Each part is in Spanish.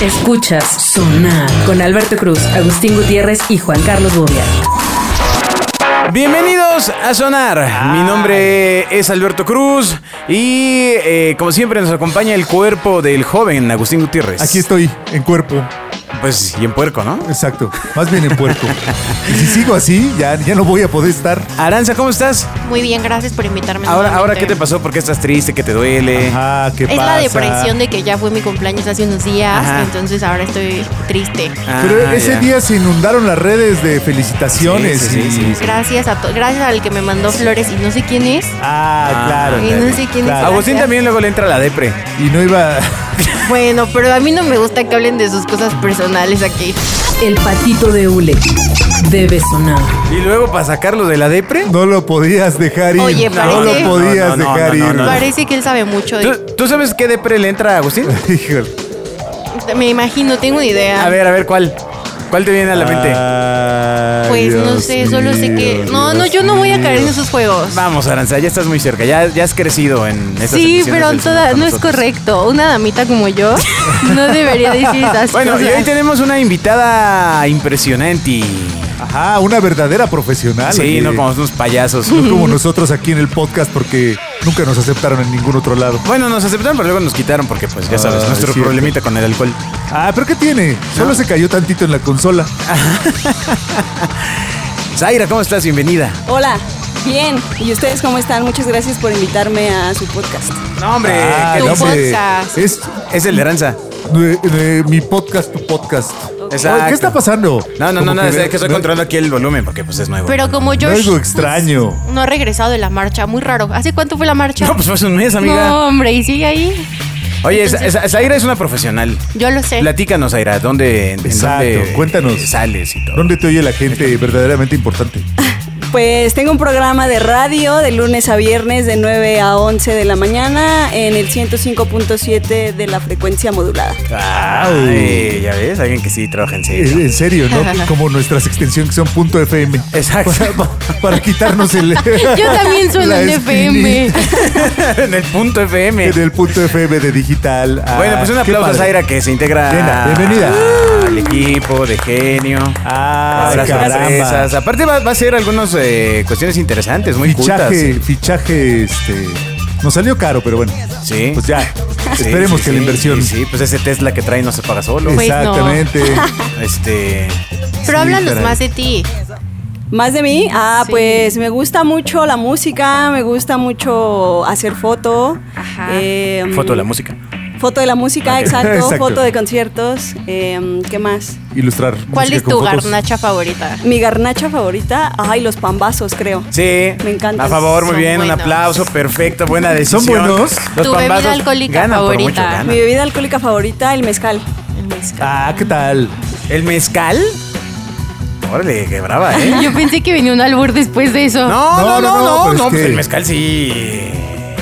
Escuchas Sonar con Alberto Cruz, Agustín Gutiérrez y Juan Carlos Bobia. Bienvenidos a Sonar. Mi nombre es Alberto Cruz y eh, como siempre nos acompaña el cuerpo del joven Agustín Gutiérrez. Aquí estoy, en cuerpo. Pues y en puerco, ¿no? Exacto. Más bien en puerco. Y si sigo así, ya, ya no voy a poder estar. Aranza, ¿cómo estás? Muy bien, gracias por invitarme. Ahora, ahora nuevamente. ¿qué te pasó? ¿Por qué estás triste? ¿Qué te duele? Ajá, Ah, ¿qué Es pasa? la depresión de que ya fue mi cumpleaños hace unos días, Ajá. entonces ahora estoy triste. Ah, Pero ese ya. día se inundaron las redes de felicitaciones. Sí, sí, y- sí, sí, sí. Gracias a to- gracias al que me mandó flores y no sé quién es. Ah, claro. Y no sé quién es. Claro. Agustín también luego le entra la depre. Y no iba. Bueno, pero a mí no me gusta que hablen de sus cosas personales aquí. El patito de Ule debe sonar. Y luego para sacarlo de la depre. No lo podías dejar ir. Oye, No lo parece- podías No, no, no, dejar no, ir. no, Parece que él sabe mucho. de- ¿Tú, tú sabes qué depre le entra a Agustín? Híjole. me imagino, tengo una idea. A ver, a ver, ¿cuál? ¿Cuál te viene a la mente? Ah. Ay, pues no Dios sé, solo sé mío, que. No, Dios no, yo no voy a caer en mío. esos juegos. Vamos, Aranza, ya estás muy cerca. Ya, ya has crecido en estas Sí, emisiones pero del toda, Sonar con no es nosotros. correcto. Una damita como yo no debería decir esas Bueno, y cosas. hoy tenemos una invitada impresionante. Ajá, una verdadera profesional. Sí, oye. no como unos payasos. No como nosotros aquí en el podcast porque nunca nos aceptaron en ningún otro lado. Bueno, nos aceptaron, pero luego nos quitaron porque, pues, ya sabes, Ah, nuestro es cierto. problemita con el alcohol. Ah, pero ¿qué tiene? Solo se cayó tantito en la consola. Ah, Zaira, ¿cómo estás? Bienvenida. Hola, bien. ¿Y ustedes cómo están? Muchas gracias por invitarme a su podcast. No, hombre, Ah, ¿qué tu no, dices? hombre. podcast. Es es el de Aranza. eh, eh, mi podcast, tu podcast. Exacto. Oye, ¿Qué está pasando? No, no, Como no, no, es que estoy no- controlando aquí el volumen porque, pues, es nuevo. Pero como yo. No algo extraño. no ha regresado de la marcha, muy raro. ¿Hace cuánto fue la marcha? No, pues fue hace un mes, amiga. No, hombre, y sigue ahí. Oye, Za- Za- Zaira es una profesional. Yo lo sé. Platícanos, Zaira, ¿dónde, en Exacto, dónde cuéntanos. sales y todo? ¿Dónde te oye la gente verdaderamente importante? Pues tengo un programa de radio de lunes a viernes de 9 a 11 de la mañana en el 105.7 de la frecuencia modulada. Ay, ya ves, alguien que sí trabaja en Eh, serio. En serio, ¿no? Como nuestras extensiones que son punto .fm. Exacto. Para, para- para quitarnos el... Yo también sueno la en FM. espinita en el punto FM. En el punto .fm de digital. Ah, bueno, pues un qué aplauso a padre. Zaira que se integra Venga, bienvenida. al equipo de genio. Ah, Habrá caramba. sorpresas. Aparte va, va a ser algunas eh, cuestiones interesantes, muy fichaje, cultas. fichaje, este. Nos salió caro, pero bueno. Sí. Pues ya. Sí, Esperemos sí, que la sí, inversión. Sí, sí, pues ese Tesla que trae no se paga solo. Pues no. Exactamente. Este. Pero Sí, háblanos caray. más de ti. ¿Más de mí? Ah, Sí. pues me gusta mucho la música, me gusta mucho hacer foto. Ajá. Em, Foto de la música. Foto de la música, Ok. exacto, Exacto. Foto de conciertos. Em, ¿Qué más? Ilustrar. ¿Cuál música es con tu fotos. garnacha favorita? Mi garnacha favorita, ay, los pambazos, creo. Sí. Me encantan. A favor, muy Son bien. Un buenos. aplauso, perfecto, buena decisión. buenos? Tu bebida pambazos alcohólica ganan por favorita. mucho, ganan. Mi bebida alcohólica favorita, el mezcal. El mezcal. Ah, ¿qué tal? ¿El mezcal? Órale, qué brava, ¿eh? Yo pensé que venía un albur después de eso. No, no, no, No, no, no, no, no, pero es pues que- el mezcal sí.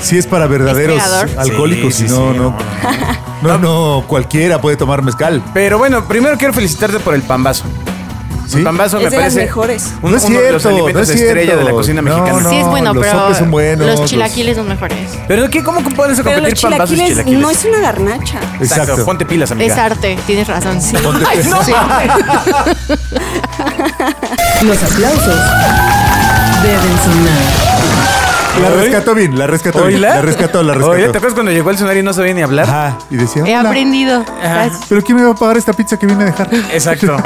Si es para verdaderos Inspirador. alcohólicos, Sí, si sí, no, sí, no. No, no, cualquiera puede tomar mezcal. Pero bueno, primero quiero felicitarte por el pambazo. ¿Sí? El pambazo Es me de las parece. mejores. un- No es uno de los cierto, alimentos no es estrella cierto. de la cocina No, mexicana. no. sí, es bueno, los pero. sopes son buenos, Los los- chilaquiles son mejores. Pero ¿qué, ¿cómo puedes Pero los competir pambazos y chilaquiles, chilaquiles? no es una garnacha. Exacto. Exacto. ponte pilas, amiga. Es arte, tienes razón. Sí. Ay, no, Los aplausos deben sonar. La rescató bien, la rescató bien. ¿Oíla? La rescató, la Oíla, ¿te rescató. acuerdas cuando llegó el sonar y no sabía ni hablar? Ajá, y decía. He "Hola, aprendido. Gracias. ¿Pero quién me va a pagar esta pizza que vine a dejar? Exacto.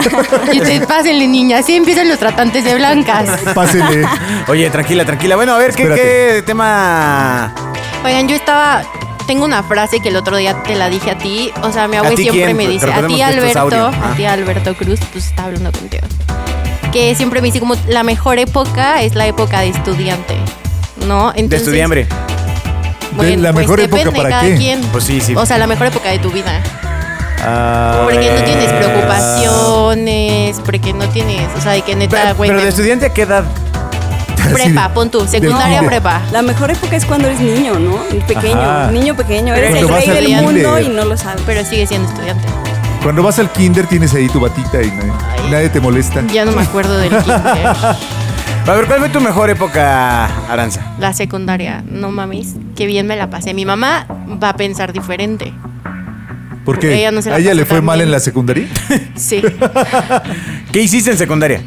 Y ustedes pásenle, niña. Así empiezan los tratantes de blancas. Pásele. Oye, tranquila, tranquila. Bueno, a ver, ¿qué, Espérate. qué tema? Oigan, yo estaba. Tengo una frase que el otro día te la dije a ti. O sea, mi ¿A abue ti siempre quién? me dice, a Recordemos ti que esto es Alberto, audio. Ah. a ti Alberto Cruz, pues está hablando contigo. Que siempre me dice como la mejor época es la época de estudiante. ¿No? Entonces, pues, De estudiambre. De la mejor época, depende ¿para cada qué? quien. Pues sí, sí. O sea, la mejor época de tu vida. Ah, Porque no tienes preocupaciones, porque no tienes, o sea, de que neta, Pero, güey, pero te- de estudiante a qué edad? prepa, pon tú, secundaria de- prepa. La mejor época es cuando eres niño, ¿no? Pequeño, Ajá. niño pequeño. Eres Cuando el vas rey al del kinder. mundo y no lo sabes. Pero sigue siendo estudiante. Cuando vas al kinder tienes ahí tu batita y nadie, nadie te molesta. Ya no me acuerdo del kinder. A ver, ¿cuál fue tu mejor época, Aranza? La secundaria, no mames, qué bien me la pasé. Mi mamá va a pensar diferente. ¿Por qué? Ella no se la ¿A ella pasó le fue tan mal bien. en la secundaria? Sí. ¿Qué hiciste en secundaria?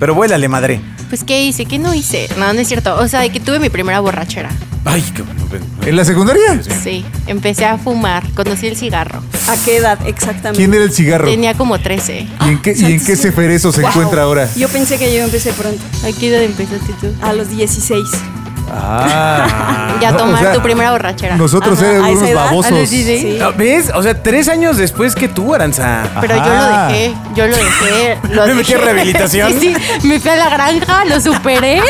Pero vuélale, madre. Pues, ¿qué hice? ¿Qué no hice? No, no es cierto. O sea, de que tuve mi primera borrachera. Ay, qué bueno. ¿En la secundaria? Sí. Empecé a fumar. Conocí el cigarro. ¿A qué edad exactamente? ¿Quién era el cigarro? ¿Y Tenía Ah, como 13. en qué, y en qué ceferezo se encuentra ahora? Yo pensé que yo empecé pronto, ¿A qué edad empezaste tú? a los 16. Ah. Ya No, o tomar sea, tu primera borrachera. Nosotros Ajá, éramos ¿a esa unos edad? ¿A los babosos. 16? Sí. Ah, ¿Ves? O sea, tres años después que tú, Aranza. Pero yo lo Ajá. dejé, yo lo dejé. Lo ¿Me metí a dejé. rehabilitación? Sí, sí, me fui a la granja, lo superé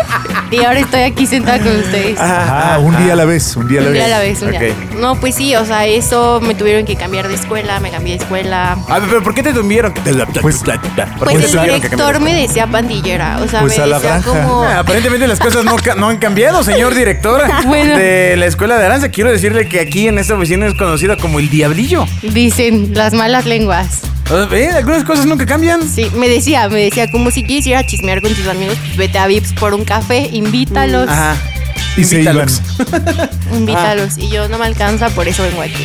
y ahora estoy aquí sentada con ustedes. Ah, un día a la vez, un día a la Un día a vez. la vez, un día. Ok. No, pues sí, o sea, eso me tuvieron que cambiar de escuela, me cambié de escuela. A ver, pero ¿por qué te tuvieron? Pues- Pues, qué el tuvieron que director me decía pandillera, o sea, Pues me a la decía granja. como... Ah, Aparentemente las cosas no, ca- no han cambiado, señor director Bueno. de la Escuela de Aranza. Quiero decirle que aquí en esta oficina es conocida como el Diablillo. Dicen las malas lenguas. Ah, ¿eh? Algunas cosas nunca cambian. Sí, me decía, me decía, como si quieres ir a chismear con tus amigos, pues vete a Vips por un café, invítalos, Mm, Ajá. Y se iban. Invítalos. invítalos. Y yo no me alcanza, por eso vengo aquí.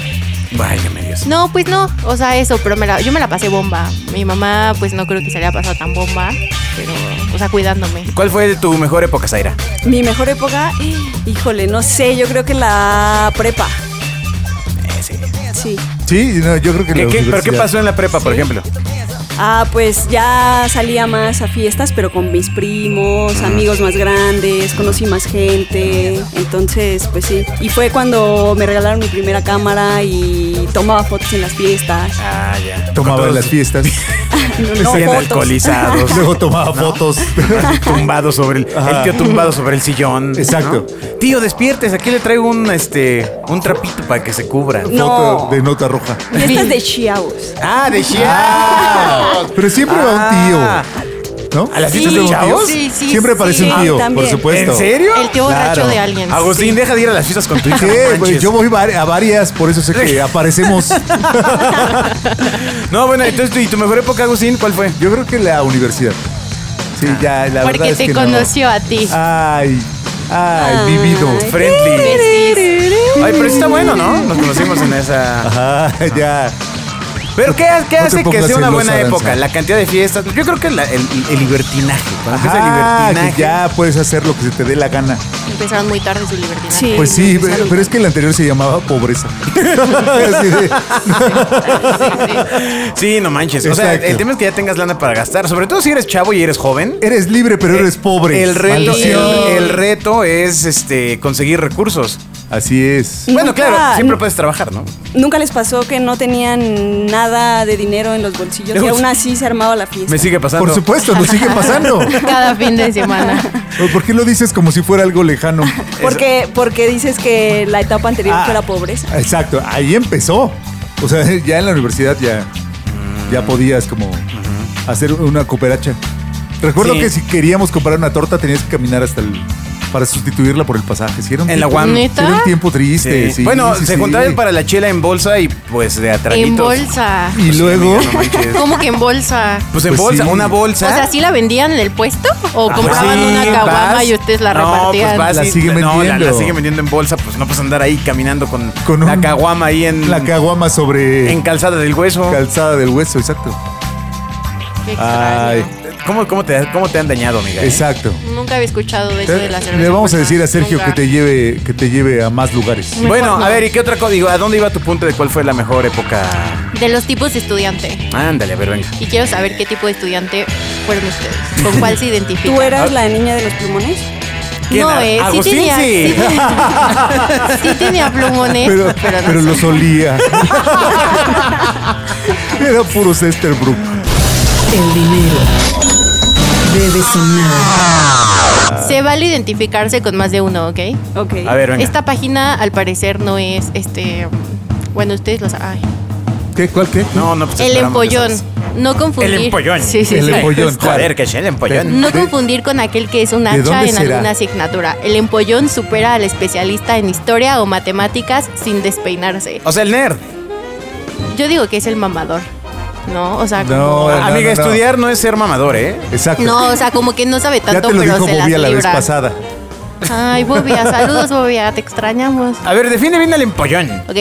Válgame Dios. No, pues no, o sea, eso, pero me la- yo me la pasé bomba. Mi mamá, pues no creo que se le haya pasado tan bomba, pero, o sea, cuidándome. ¿Cuál fue tu mejor época, Zaira? Mi mejor época, híjole, no sé, yo creo que la prepa. Eh, Sí. Sí, no, yo creo ¿Qué- qué- que la ¿Pero qué universidad. pasó en la prepa, por ejemplo? Ah, pues ya salía más a fiestas, pero con mis primos, amigos más grandes, conocí más gente. Entonces, pues sí. Y fue cuando me regalaron mi primera cámara y tomaba fotos en las fiestas. Ah, ya. Tomaba en las fiestas. No, Bien fotos. alcoholizados. Luego tomaba fotos. Así tumbado sobre el, Ajá. el tío tumbado sobre el sillón. Exacto. ¿no? Tío, despiertes, aquí le traigo un este un trapito para que se cubra. No. Foto de nota roja. Fiestas de chiavos. Ah, de Chia. Pero siempre Ah. va un tío. ¿No? ¿A las fiestas de Siempre va un tío. chavos? Sí, sí, Siempre aparece sí. un tío, Ah, también. por supuesto. ¿En serio? El tío borracho Claro. de alguien. Agustín, sí. deja de ir a las fiestas con tu hija. Sí, no güey, manches. yo voy var- a varias, por eso sé que aparecemos. No, bueno, entonces, ¿y tu mejor época, Agustín? ¿Cuál fue? Yo creo que la universidad. Sí, Ah. ya, la verdad Porque es te que no. conoció a ti. Ay, ay, mi vida. Friendly. Besties. Ay, pero sí está bueno, ¿no? Nos conocimos en esa. Ajá, ya. Pero ¿qué, qué No te hace que pongas sea una buena celosa, época? Aranza. La cantidad de fiestas. Yo creo que la- el, el libertinaje. Cuando empieza Ajá, el libertinaje. que ya puedes hacer lo que se te dé la gana. Empezaron muy tarde su libertinaje. Sí. Pues sí, pues, pero es que el anterior se llamaba pobreza. Así de- Sí, no manches. O sea, Exacto. el tema es que ya tengas lana para gastar. Sobre todo si eres chavo y eres joven. eres libre, pero eres pobre. El reto, el, Maldición. el reto es este conseguir recursos. Así es. Nunca- Bueno, claro, siempre puedes trabajar, ¿no? Nunca les pasó que no tenían nada de dinero en los bolsillos y Ups. aún así se armaba la fiesta. Me sigue pasando. Por supuesto, nos sigue pasando. Cada fin de semana. ¿Por qué lo dices como si fuera algo lejano? Porque, porque dices que la etapa anterior Ah. fuera pobreza. Exacto, ahí empezó. O sea, ya en la universidad ya, Mm. ya podías como hacer una cooperacha. Recuerdo Sí. que si queríamos comprar una torta tenías que caminar hasta el... para sustituirla por el pasaje. Si era un En la tiempo- UAM. sí era un tiempo triste. Sí. sí, bueno, sí, se sí. juntaban para la chela en bolsa y pues de atraguitos. En bolsa. Y luego... No manches. ¿Cómo que en bolsa? Pues en Pues bolsa, sí. una bolsa. O sea, ¿sí la vendían en el puesto? ¿O Ah, compraban pues sí, una caguama vas. y ustedes la No, repartían? pues vas La y- siguen no, la, la vendiendo. siguen vendiendo en bolsa, pues no puedes andar ahí caminando con, Con la un- caguama ahí en, La caguama sobre en calzada del hueso. calzada del hueso, exacto. Qué extraño. Ay, ¿Cómo, cómo, te, ¿Cómo te han dañado, amiga? eh? Exacto. Nunca había escuchado de eso de la cerveza. Eh, Le vamos a en decir a bolsa. Sergio Nunca. que te lleve que te lleve a más lugares. Mejor Bueno, no. a ver, ¿y qué otra cosa? Digo, ¿a dónde iba tu punto de cuál fue la mejor época? De los tipos de estudiante. Ándale, a ver, venga. Y quiero saber qué tipo de estudiante fueron ustedes. ¿Con cuál se identifican? ¿Tú eras Ah. la niña de los plumones? ¿Quién? No, eh, sí Agustín, tenía, sí. sí tenía- sí tenía plumones, pero, Pero, no pero sé. los olía. Era puro Cesterbrook. El dinero debe sonar. Se vale identificarse con más de uno, ¿ok? Ok. A ver, venga. Esta página, al parecer, no es, este... Bueno, ustedes lo saben. ¿Qué? ¿Cuál qué? No, no, pues El esperamos que empollón. seas- No confundir. El empollón. Sí, sí, El sí. empollón. Joder, que es el empollón. No confundir con aquel que es un ¿De hacha dónde en será? alguna asignatura. El empollón supera al especialista en historia o matemáticas sin despeinarse. O sea, el nerd. Yo digo que es el mamador, ¿no? O sea, No, como- Ah, no, Amiga, no, no. estudiar no es ser mamador, ¿eh? Exacto. No, o sea, como que no sabe ya tanto, te lo pero dijo se las Bobia la vez libra. pasada. Ay, Bobia, saludos, Bobia, Ah, te extrañamos. A ver, define bien al empollón. Ok,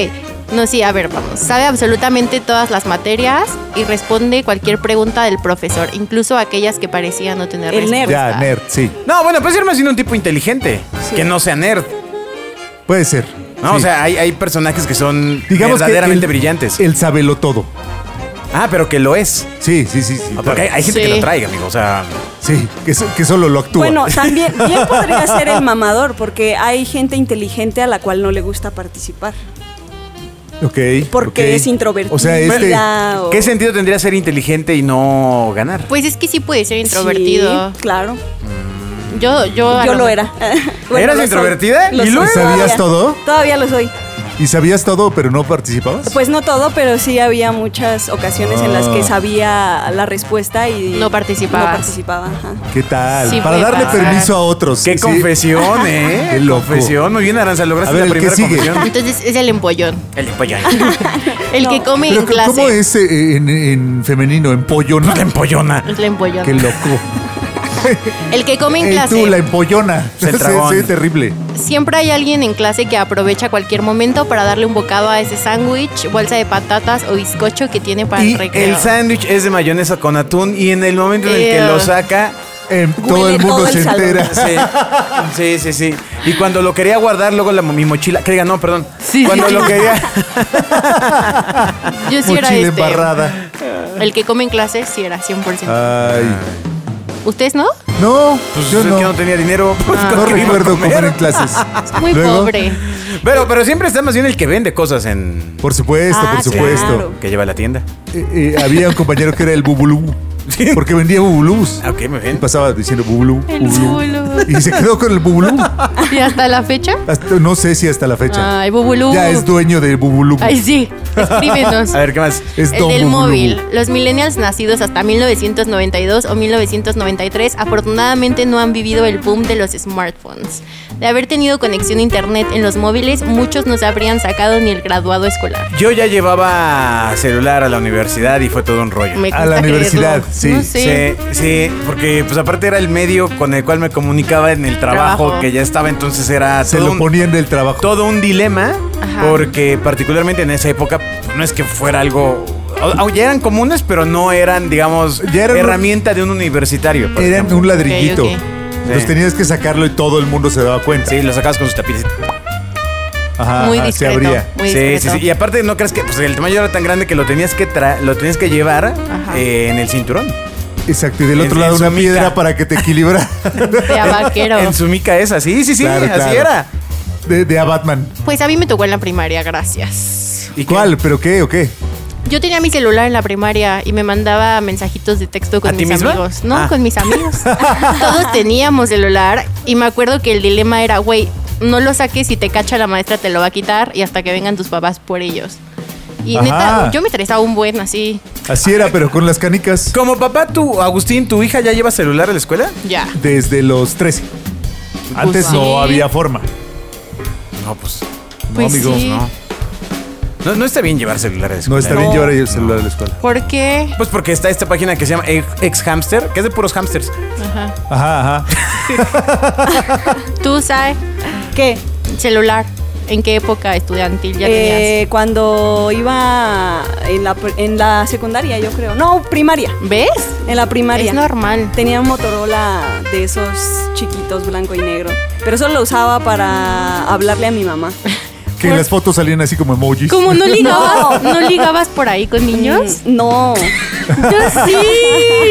No, sí, a ver, vamos. Sabe absolutamente todas las materias y responde cualquier pregunta del profesor, incluso aquellas que parecían no tener El nerd. respuesta. Ya, nerd, sí. No, bueno, puede ser más bien un tipo inteligente, Sí. que no sea nerd. Puede ser. No, Sí. o sea, hay, hay personajes que son digamos que verdaderamente el- eh, brillantes. El sabelo todo. ah, pero que lo es. Sí, sí, sí, sí. Porque hay, hay gente Sí. que lo traiga, amigo. O sea, Sí, que, so- que solo lo actúa. Bueno, también bien podría ser el mamador, porque hay gente inteligente a la cual no le gusta participar. Ok, Porque ok. es introvertida. O sea, este. Ah, o- ¿qué sentido tendría ser inteligente y no ganar? Pues es que sí puede ser Sí, introvertido. claro, Yo, yo, a yo lo- lo era. Bueno, ¿Eras lo soy. introvertida? Lo ¿Y soy luego? ¿Sabías todavía. todo? Ah. Todavía lo soy. ¿Y sabías todo, pero no participabas? Pues no todo, pero sí había muchas ocasiones en las que sabía la respuesta y No participabas. No participaba. ajá. ¿Qué tal? Sí Para puede darle pasar. permiso a otros. Qué sí. confesión, ¿eh? Qué loco. Confesión. Muy bien, Aranza, lograste A ver, la ¿el qué primera sigue? confesión. Entonces es el empollón. El empollón. El que come Pero en c- clase. ¿cómo es eh, en, en femenino? En pollo, ¿no? La empollona. Es la empollona. Qué loco. El que come en Ey, clase. tú, la em- empollona. Es el dragón. Sí, sí, terrible. Siempre hay alguien en clase que aprovecha cualquier momento para darle un bocado a ese sándwich, bolsa de patatas o bizcocho que tiene para Y el recreo. el sándwich es de mayonesa con atún y en el momento en el que Ew. lo saca... Em, todo el mundo todo el se salón. entera. Sí, sí, sí, sí. Y cuando lo quería guardar, luego la, mi mochila... Que diga, no, perdón. Sí. Cuando lo quería... Yo sí era Mochila este. embarrada. Ah. El que come en clase sí era 100%. Ay. ¿Ustedes no? No, Pues yo es no. que no tenía dinero. pues, No ¿con qué iba a recuerdo comer? comer en clases. Muy Luego, pobre. Pero, pero siempre está más bien el que vende cosas en... Por supuesto, Ah, por supuesto. claro. Que lleva a la tienda. Eh, eh, había un compañero que era el bubulú. Sí. Porque vendía bubulús. Ah, Ok, muy Y bien. pasaba diciendo bubulú, El bubulú. bubulú. Y se quedó con el bubulú. ¿Y hasta la fecha? Hasta- no sé si hasta la fecha. Ay, Bubulú. Ya es dueño de bubulú. Ay, sí. Escríbenos. A ver, ¿qué más? Es El don del Bubulú. móvil. Los millennials nacidos hasta 1992 o 1993 afortunadamente no han vivido el boom de los smartphones. De haber tenido conexión a internet en los móviles, muchos no se habrían sacado ni el graduado escolar. Yo ya llevaba celular a la universidad y fue todo un rollo. Me A la consta que universidad, no. sí, No sé. Sí, sí, porque pues aparte era el medio con el cual me comunicaba en el trabajo, Trabajo. que ya estaba, entonces era Se todo, lo un, ponían del trabajo. todo un dilema, Ajá. porque particularmente en esa época no es que fuera algo... o- o Ya eran comunes, pero no eran, digamos, Ya eran- herramienta de un universitario. por Eran ejemplo. un ladrillito. Ok, ok. Sí. Entonces tenías que sacarlo y todo el mundo se daba cuenta. Sí, lo sacabas con sus tapices. Ajá, Muy ajá, se discreto. abría. Muy sí, sí, discreto. sí. Y aparte, no crees que pues, el tamaño era tan grande que lo tenías que tra- lo tenías que llevar Ajá. eh, en el cinturón. Exacto. Y del En- otro en lado su una mica. piedra para que te equilibrara. De a vaquero. En su mica esa, sí, sí, sí, Claro, así claro. era. De, de a Batman. Pues a mí me tocó en la primaria, gracias. ¿Y qué? ¿Cuál? ¿Pero qué o qué? Yo tenía mi celular en la primaria y me mandaba mensajitos de texto ¿A con ti mis misma? amigos. No, Ah. con mis amigos. Todos teníamos celular y me acuerdo que el dilema era, güey, no lo saques si te cacha la maestra te lo va a quitar y hasta que vengan tus papás por ellos. Y Ajá. neta, yo me estresaba un buen así, Así era, pero con las canicas. Como papá, tú, Agustín, ¿tu hija ya lleva celular a la escuela? ya. Desde los 13. Antes Pues sí. no había forma. No, pues. Pues amigos, sí. no. no. no está bien llevar celular a la escuela. No está bien llevar el celular a la escuela. ¿Por qué? Pues porque está esta página que se llama Ex- Ex Hamster, que es de puros hamsters. Ajá. Ajá, ajá. Tú, Sai, ¿Qué? celular. ¿En qué época estudiantil ya Eh, cuando iba en la, pr- en la secundaria, yo creo. No, primaria. tenías? ¿Ves? En la primaria. Es normal. Tenía un Motorola de esos chiquitos blanco y negro. Pero eso lo usaba para hablarle a mi mamá. Que en Pues las fotos salían así como emojis. ¿Cómo no ligabas? ¿No ligabas por ahí con niños? Mm, No. Yo sí,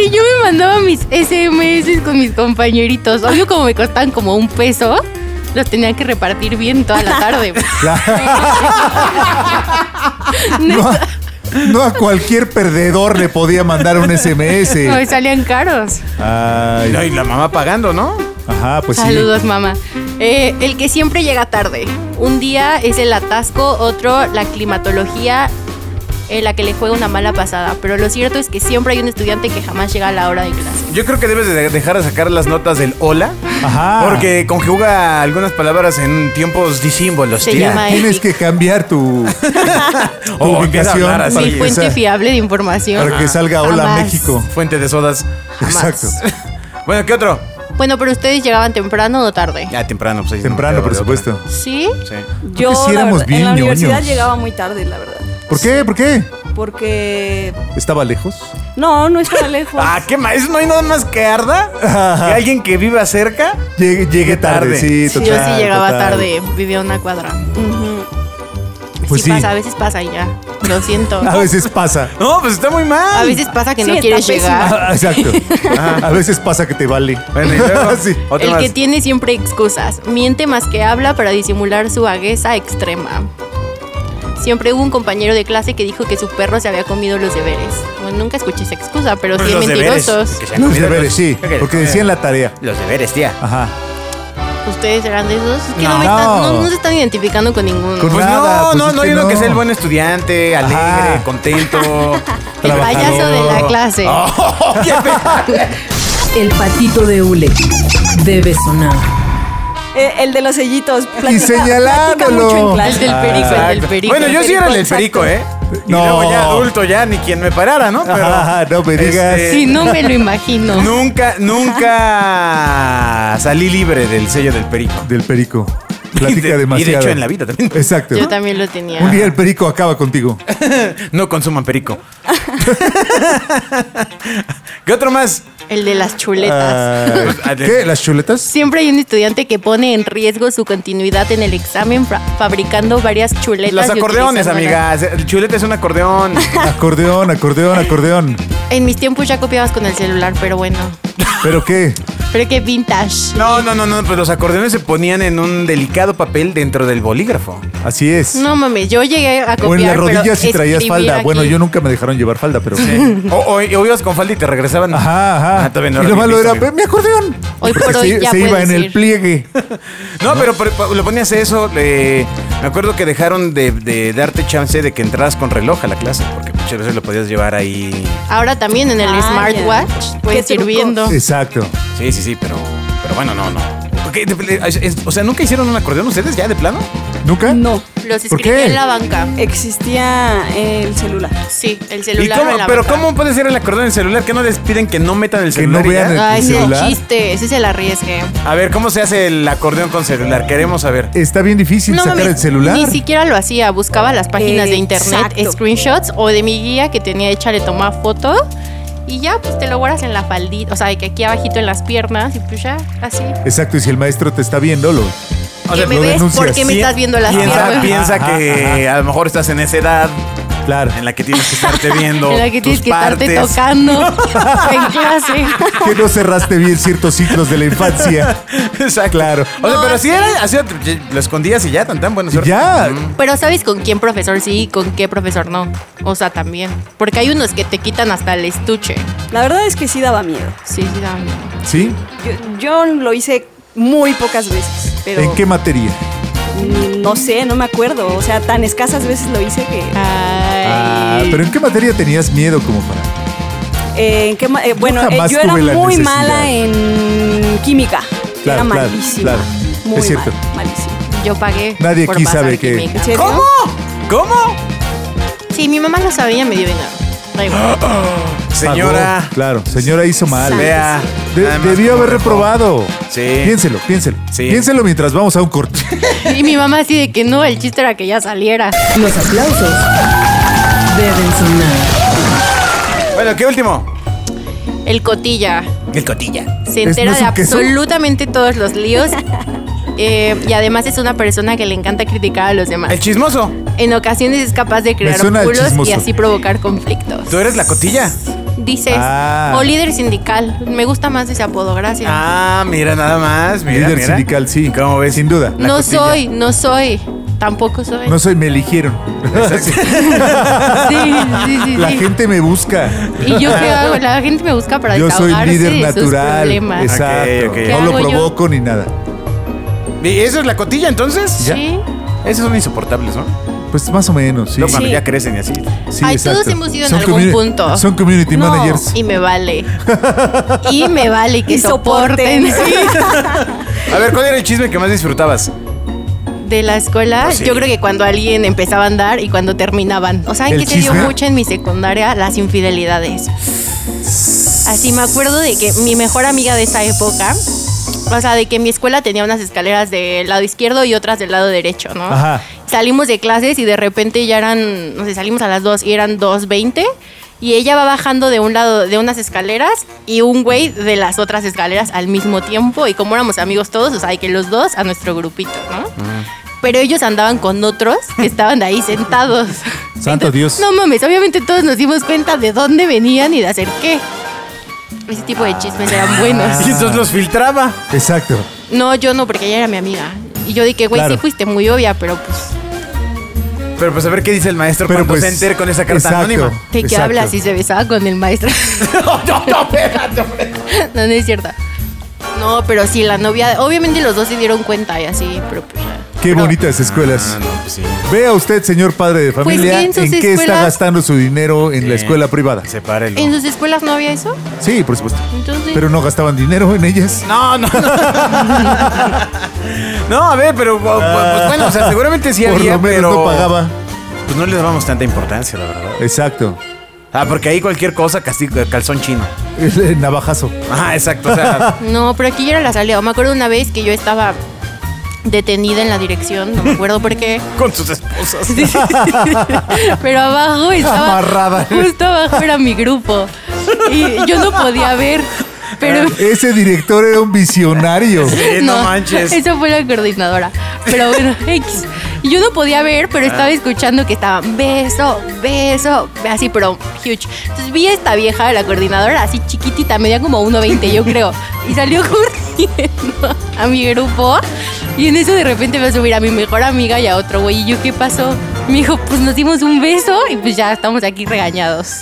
yo me mandaba mis SMS con mis compañeritos. Obvio, como me costaban como un peso, los tenía que repartir bien toda la tarde. No a, no a cualquier perdedor le podía mandar un Me SMS. salían caros. Ay, No, y la mamá pagando, ¿no? ajá, pues sí. Saludos, mamá. Eh, el que siempre llega tarde. Un día es el atasco, otro la climatología en la que le juega una mala pasada. Pero lo cierto es que siempre hay un estudiante que jamás llega a la hora de clase. Yo creo que debes de dejar de sacar las notas del hola. Ajá. Porque conjuga algunas palabras en tiempos disímbolos, Se tía. llama- Tienes que cambiar tu, tu Oh, empieza a ubicación hablar así. para Sí, Mi que, fuente sa- fiable de información. para que salga Hola Jamás. México. Fuente de sodas. Jamás. Exacto. Bueno, ¿qué otro? Bueno, pero ustedes llegaban temprano o tarde. Ya temprano, pues ahí Temprano, no por quedaba de supuesto. ¿Sí? otra. Sí. Yo, que sí la éramos verdad, bien en la universidad ñoños. llegaba muy tarde, la verdad. ¿Por qué? ¿Por qué? Porque. ¿Estaba lejos? No, no estaba lejos. Ah, ¿qué más? ¿No hay nada más que arda? ¿Que alguien que viva cerca? Llegué, llegué tarde, tarde. sí, Sí, total. yo sí llegaba total. tarde, vivía a una cuadra. Ujú. Pues sí, sí. pasa, a veces pasa y ya. Lo siento. A veces pasa. No, pues está muy mal. A veces pasa que Sí, no está quieres pésimo. llegar. Ah, Exacto. A veces pasa que te vale. Bueno, y luego, Sí. otro El más. que tiene siempre excusas. Miente más que habla para disimular su vagueza extrema. Siempre hubo un compañero de clase que dijo que su perro se había comido los deberes. Bueno, nunca escuché esa excusa, pero Pues sí los deberes, mentirosos. que se han Los comido deberes, sí. que se Porque comido. decían la tarea. Los deberes, tía. Ajá. ¿Ustedes eran de esos? Es que no, No. me están- no- no se están identificando con ninguno. Con- Pues Nada, no, pues no, es no hay que uno que no. sea el buen estudiante, alegre, Ajá. contento. el trabajador. payaso de la clase. El patito de hule debe sonar. Eh, el de los sellitos. Platica, señalándolo. platica mucho en El clase. del perico, el del perico. bueno, yo sí era el del Exacto. perico, ¿eh? Y No. luego ya adulto, ya ni quien me parara, ¿no? Pero. este, Ajá, no me digas. Sí, no me lo imagino. Nunca, nunca salí libre del sello del perico. Del perico. Y de- y Platica de demasiado. hecho, en la vida también. Exacto. Yo también lo tenía. Un día el perico acaba contigo. No consuman perico. ¿Qué otro más? El de las chuletas. Ah, ¿Qué? ¿Las chuletas? Siempre hay un estudiante que pone en riesgo su continuidad en el examen fra- fabricando varias chuletas. Los y acordeones, utilizándolas. amigas. El chulete es un acordeón. Acordeón, acordeón, acordeón. En mis tiempos ya copiabas con el celular, pero bueno. ¿Pero qué? Pero qué vintage. No, no, no, no. Pues los acordeones se ponían en un delicado papel dentro del bolígrafo. Así es. No mames, yo llegué a copiar. o en las pero rodillas si traías escribir falda. aquí- Bueno, yo nunca me dejaron llevar falda, pero. O, o- o ibas con falda y te regresaban. Ajá, ajá. Ah, todavía no y lo era malo mi era, piso, "Ve, mi acordeón. Hoy por Porque hoy se, ya se iba puedes en el ir. pliegue. No, pero, pero, pero lo ponías eso. eh, me acuerdo que dejaron de, de darte chance de que entras con reloj a la clase, porque muchas veces lo podías llevar ahí. Ahora también en el Ah, ya. smartwatch pues, puedes Qué ir trucos. viendo. Exacto. Sí, sí, sí, pero, pero bueno, no, no. Ok, de- de- es- es- O sea, ¿nunca hicieron un acordeón ustedes ya de plano? ¿Nunca? No, Los ¿Por escribí qué? en la banca. existía el celular. Sí, el ¿Y celular. o cómo, en la pero banca. cómo puede ser el acordeón en el celular? ¿Que no les piden que no metan el Que no celular? y ya? vean el- Ay, ese es el celular? chiste, ese es el arriesgue. A ver, ¿cómo se hace el acordeón con celular? Queremos saber. Está bien difícil sacar mames, el celular. Ni siquiera lo hacía. Buscaba las páginas de internet, Exacto. screenshots o de mi guía que tenía hecha, le tomaba foto y ya pues te lo guardas en la faldita. O sea, de que aquí abajito en las piernas y pues ya, así. Exacto, y si el maestro te está viendo, lo. O sea, que me lo ves denuncias. porque me Pi- estás viendo las piensa, piernas. Piensa que a lo mejor estás en esa edad Claro. en la que tienes que estarte viendo. En la que tienes tus que estarte partes. tocando en clase. Que no cerraste bien ciertos ciclos de la infancia. Exacto. Claro. O sea, No, pero así sí. era, así era, lo escondías y ya, tan tan buena Y suerte. Mm. ya. Pero sabes con quién profesor sí y con qué profesor no. O sea, también. Porque hay unos que te quitan hasta el estuche. La verdad es que sí daba miedo. Sí, sí, da miedo. ¿Sí? Yo, yo lo hice muy pocas veces, pero ¿En qué materia? mm, no sé, no me acuerdo. O sea, tan escasas veces lo hice que... Ay. Ah, pero ¿en qué materia tenías miedo como para? Eh, ¿en qué ma- eh, bueno, eh, jamás yo era tuve la muy necesidad. mala en química. Claro, era claro, malísima. claro. Muy Es cierto. mal, malísima. Yo pagué. Nadie por aquí pasar sabe qué. química. ¿En serio? ¿Cómo? ¿Cómo? Sí, mi mamá lo sabía, me dio dinero. Da igual. Señora. Pagó. Claro, señora hizo mal. Vea. De- nada más debió como haber dejó. reprobado. Sí. Piénselo, piénselo. Sí. Piénselo mientras vamos a un corte. Y mi mamá así de que no, el chiste era que ya saliera. Los aplausos deben sonar. Bueno, ¿qué último? El cotilla El cotilla. se ¿Es- entera no es de un queso? absolutamente todos los líos. eh, y además es una persona que le encanta criticar a los demás. El chismoso. En ocasiones es capaz de crear suena al bulos y chismoso. así provocar conflictos. ¿Tú eres la cotilla? Dices, Ah. o líder sindical. Me gusta más ese apodo, gracias. Ah, mira nada más. Mira, Líder mira. sindical, sí. ¿Cómo ves? Sin duda. la no cotilla. soy, no soy. Tampoco soy. No soy, me eligieron. Sí, sí, sí, La sí. gente me busca. ¿Y yo qué Ah. hago? La gente me busca para Yo soy desahogarse líder de sus natural. problemas. Exacto. Ok, ok. ¿Qué No lo hago yo? provoco ni nada. ¿Y eso es la cotilla entonces? Sí. Esos son insoportables, ¿no? Pues más o menos, sí. Luego cuando Sí. ya crecen y así. Sí, Ay, exacto. todos hemos ido en Son algún communi- punto. Son community No, managers. Y me vale. Y me vale que Y soporten. soporten. sí. A ver, ¿cuál era el chisme que más disfrutabas? De la escuela, Pues sí. yo creo que cuando alguien empezaba a andar y cuando terminaban. O sea, ¿en ¿El qué se dio chisme? mucho en mi secundaria? Las infidelidades. Así me acuerdo de que mi mejor amiga de esa época O sea, de que mi escuela tenía unas escaleras del lado izquierdo y otras del lado derecho, ¿no? Ajá. Salimos de clases y de repente ya eran, no sé, salimos a las 2 y eran 2.20 y ella va bajando de un lado de unas escaleras y un güey de las otras escaleras al mismo tiempo y como éramos amigos todos, o sea, de que los dos a nuestro grupito, ¿no? Mm. Pero ellos andaban con otros que estaban ahí sentados. Santo Dios. No mames, obviamente todos nos dimos cuenta de dónde venían y de hacer qué. Ese tipo de chismes eran buenos. Y entonces los filtraba. Exacto. No, yo no, porque ella era mi amiga. Y yo dije, güey, Claro. sí fuiste muy obvia, pero pues, Pero pues a ver qué dice el maestro Pero cuando pues, se entere con esa carta exacto. anónima. ¿de qué Exacto. hablas? Y se besaba con el maestro. no, no, no, espérate, hombre. no, no es cierto. No, pero sí, la novia. Obviamente los dos se dieron cuenta y así, pero pues ya. Qué Pero- bonitas escuelas. Ah, no, pues sí. Vea usted, señor padre de familia, Pues bien, sus en, qué está escuelas- gastando su dinero en la Sí. escuela privada. Sepárelo. ¿En sus escuelas no había eso? Sí, por supuesto. Entonces. Pero no gastaban dinero en ellas. No, no, no. No, a ver, pero bu- bu- pues, bueno, o sea, seguramente sí por había, lo menos pero no pagaba. Pues no le dábamos tanta importancia, la verdad. Exacto. Ah, porque ahí cualquier cosa castigo calzón chino. El, el navajazo. Ah, exacto, o sea, No, pero aquí ya era la salida. Me acuerdo una vez que yo estaba detenida en la dirección, no me acuerdo por qué. con sus esposas. Pero abajo estaba. Amarrada. Justo abajo era mi grupo. Y yo no podía ver. Pero. Ese director era un visionario. Sí, no manches. Esa fue la coordinadora. Pero bueno, X. Y Yo no podía ver, Ah. pero estaba escuchando que estaban beso, beso, así, pero huge. Entonces vi a esta vieja, la coordinadora, así chiquitita, medía como 1,20, yo creo. Y salió corriendo a mi grupo. Y en eso de repente veo subir a mi mejor amiga y a otro güey. ¿Y yo qué pasó? Me dijo, pues nos dimos un beso y pues ya estamos aquí regañados.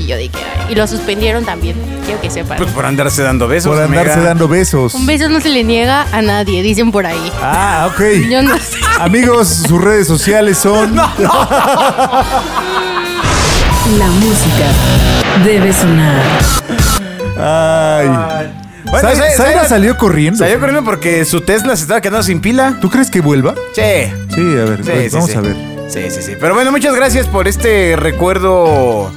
Y yo dije, "Ay". y lo suspendieron también, quiero que sepan. Pues por andarse dando besos. Por andarse amiga. dando besos. Un beso no se le niega a nadie, dicen por ahí. Ah, ok. Yo no sé. Amigos, sus redes sociales son. La música debe sonar. Ay. Bueno, Zay- Zay- Zaira Zaira- salió corriendo. Salió corriendo porque su Tesla se estaba quedando sin pila. ¿Tú crees que vuelva? Sí. Sí, a ver, Sí, pues, sí, vamos sí. a ver. Sí, sí, sí. Pero bueno, muchas gracias por este recuerdo.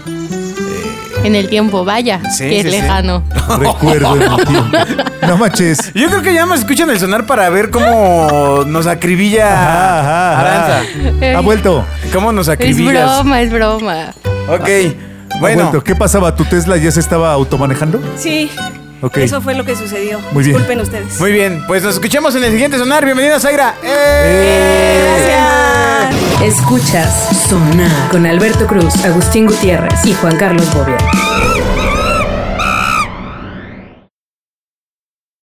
En el tiempo, vaya, Sí, que es sí, sí. lejano. Recuerdo el tiempo. No manches. Yo creo que ya nos escuchan el sonar para ver cómo nos acribilla Ajá, ajá, ajá. Aranza. Ah, Ha vuelto. ¿Cómo nos Es acribillas? broma, es broma. Ok. Ha Bueno, vuelto. ¿Qué pasaba? ¿Tu Tesla ya se estaba automanejando? Sí. Ok. Eso fue lo que sucedió. Muy bien. Disculpen ustedes. muy bien. Pues nos escuchamos en el siguiente sonar. Bienvenida, Zaira. ¡Eh! Gracias. Escuchas Sonar con Alberto Cruz, Agustín Gutiérrez y Juan Carlos Bobia.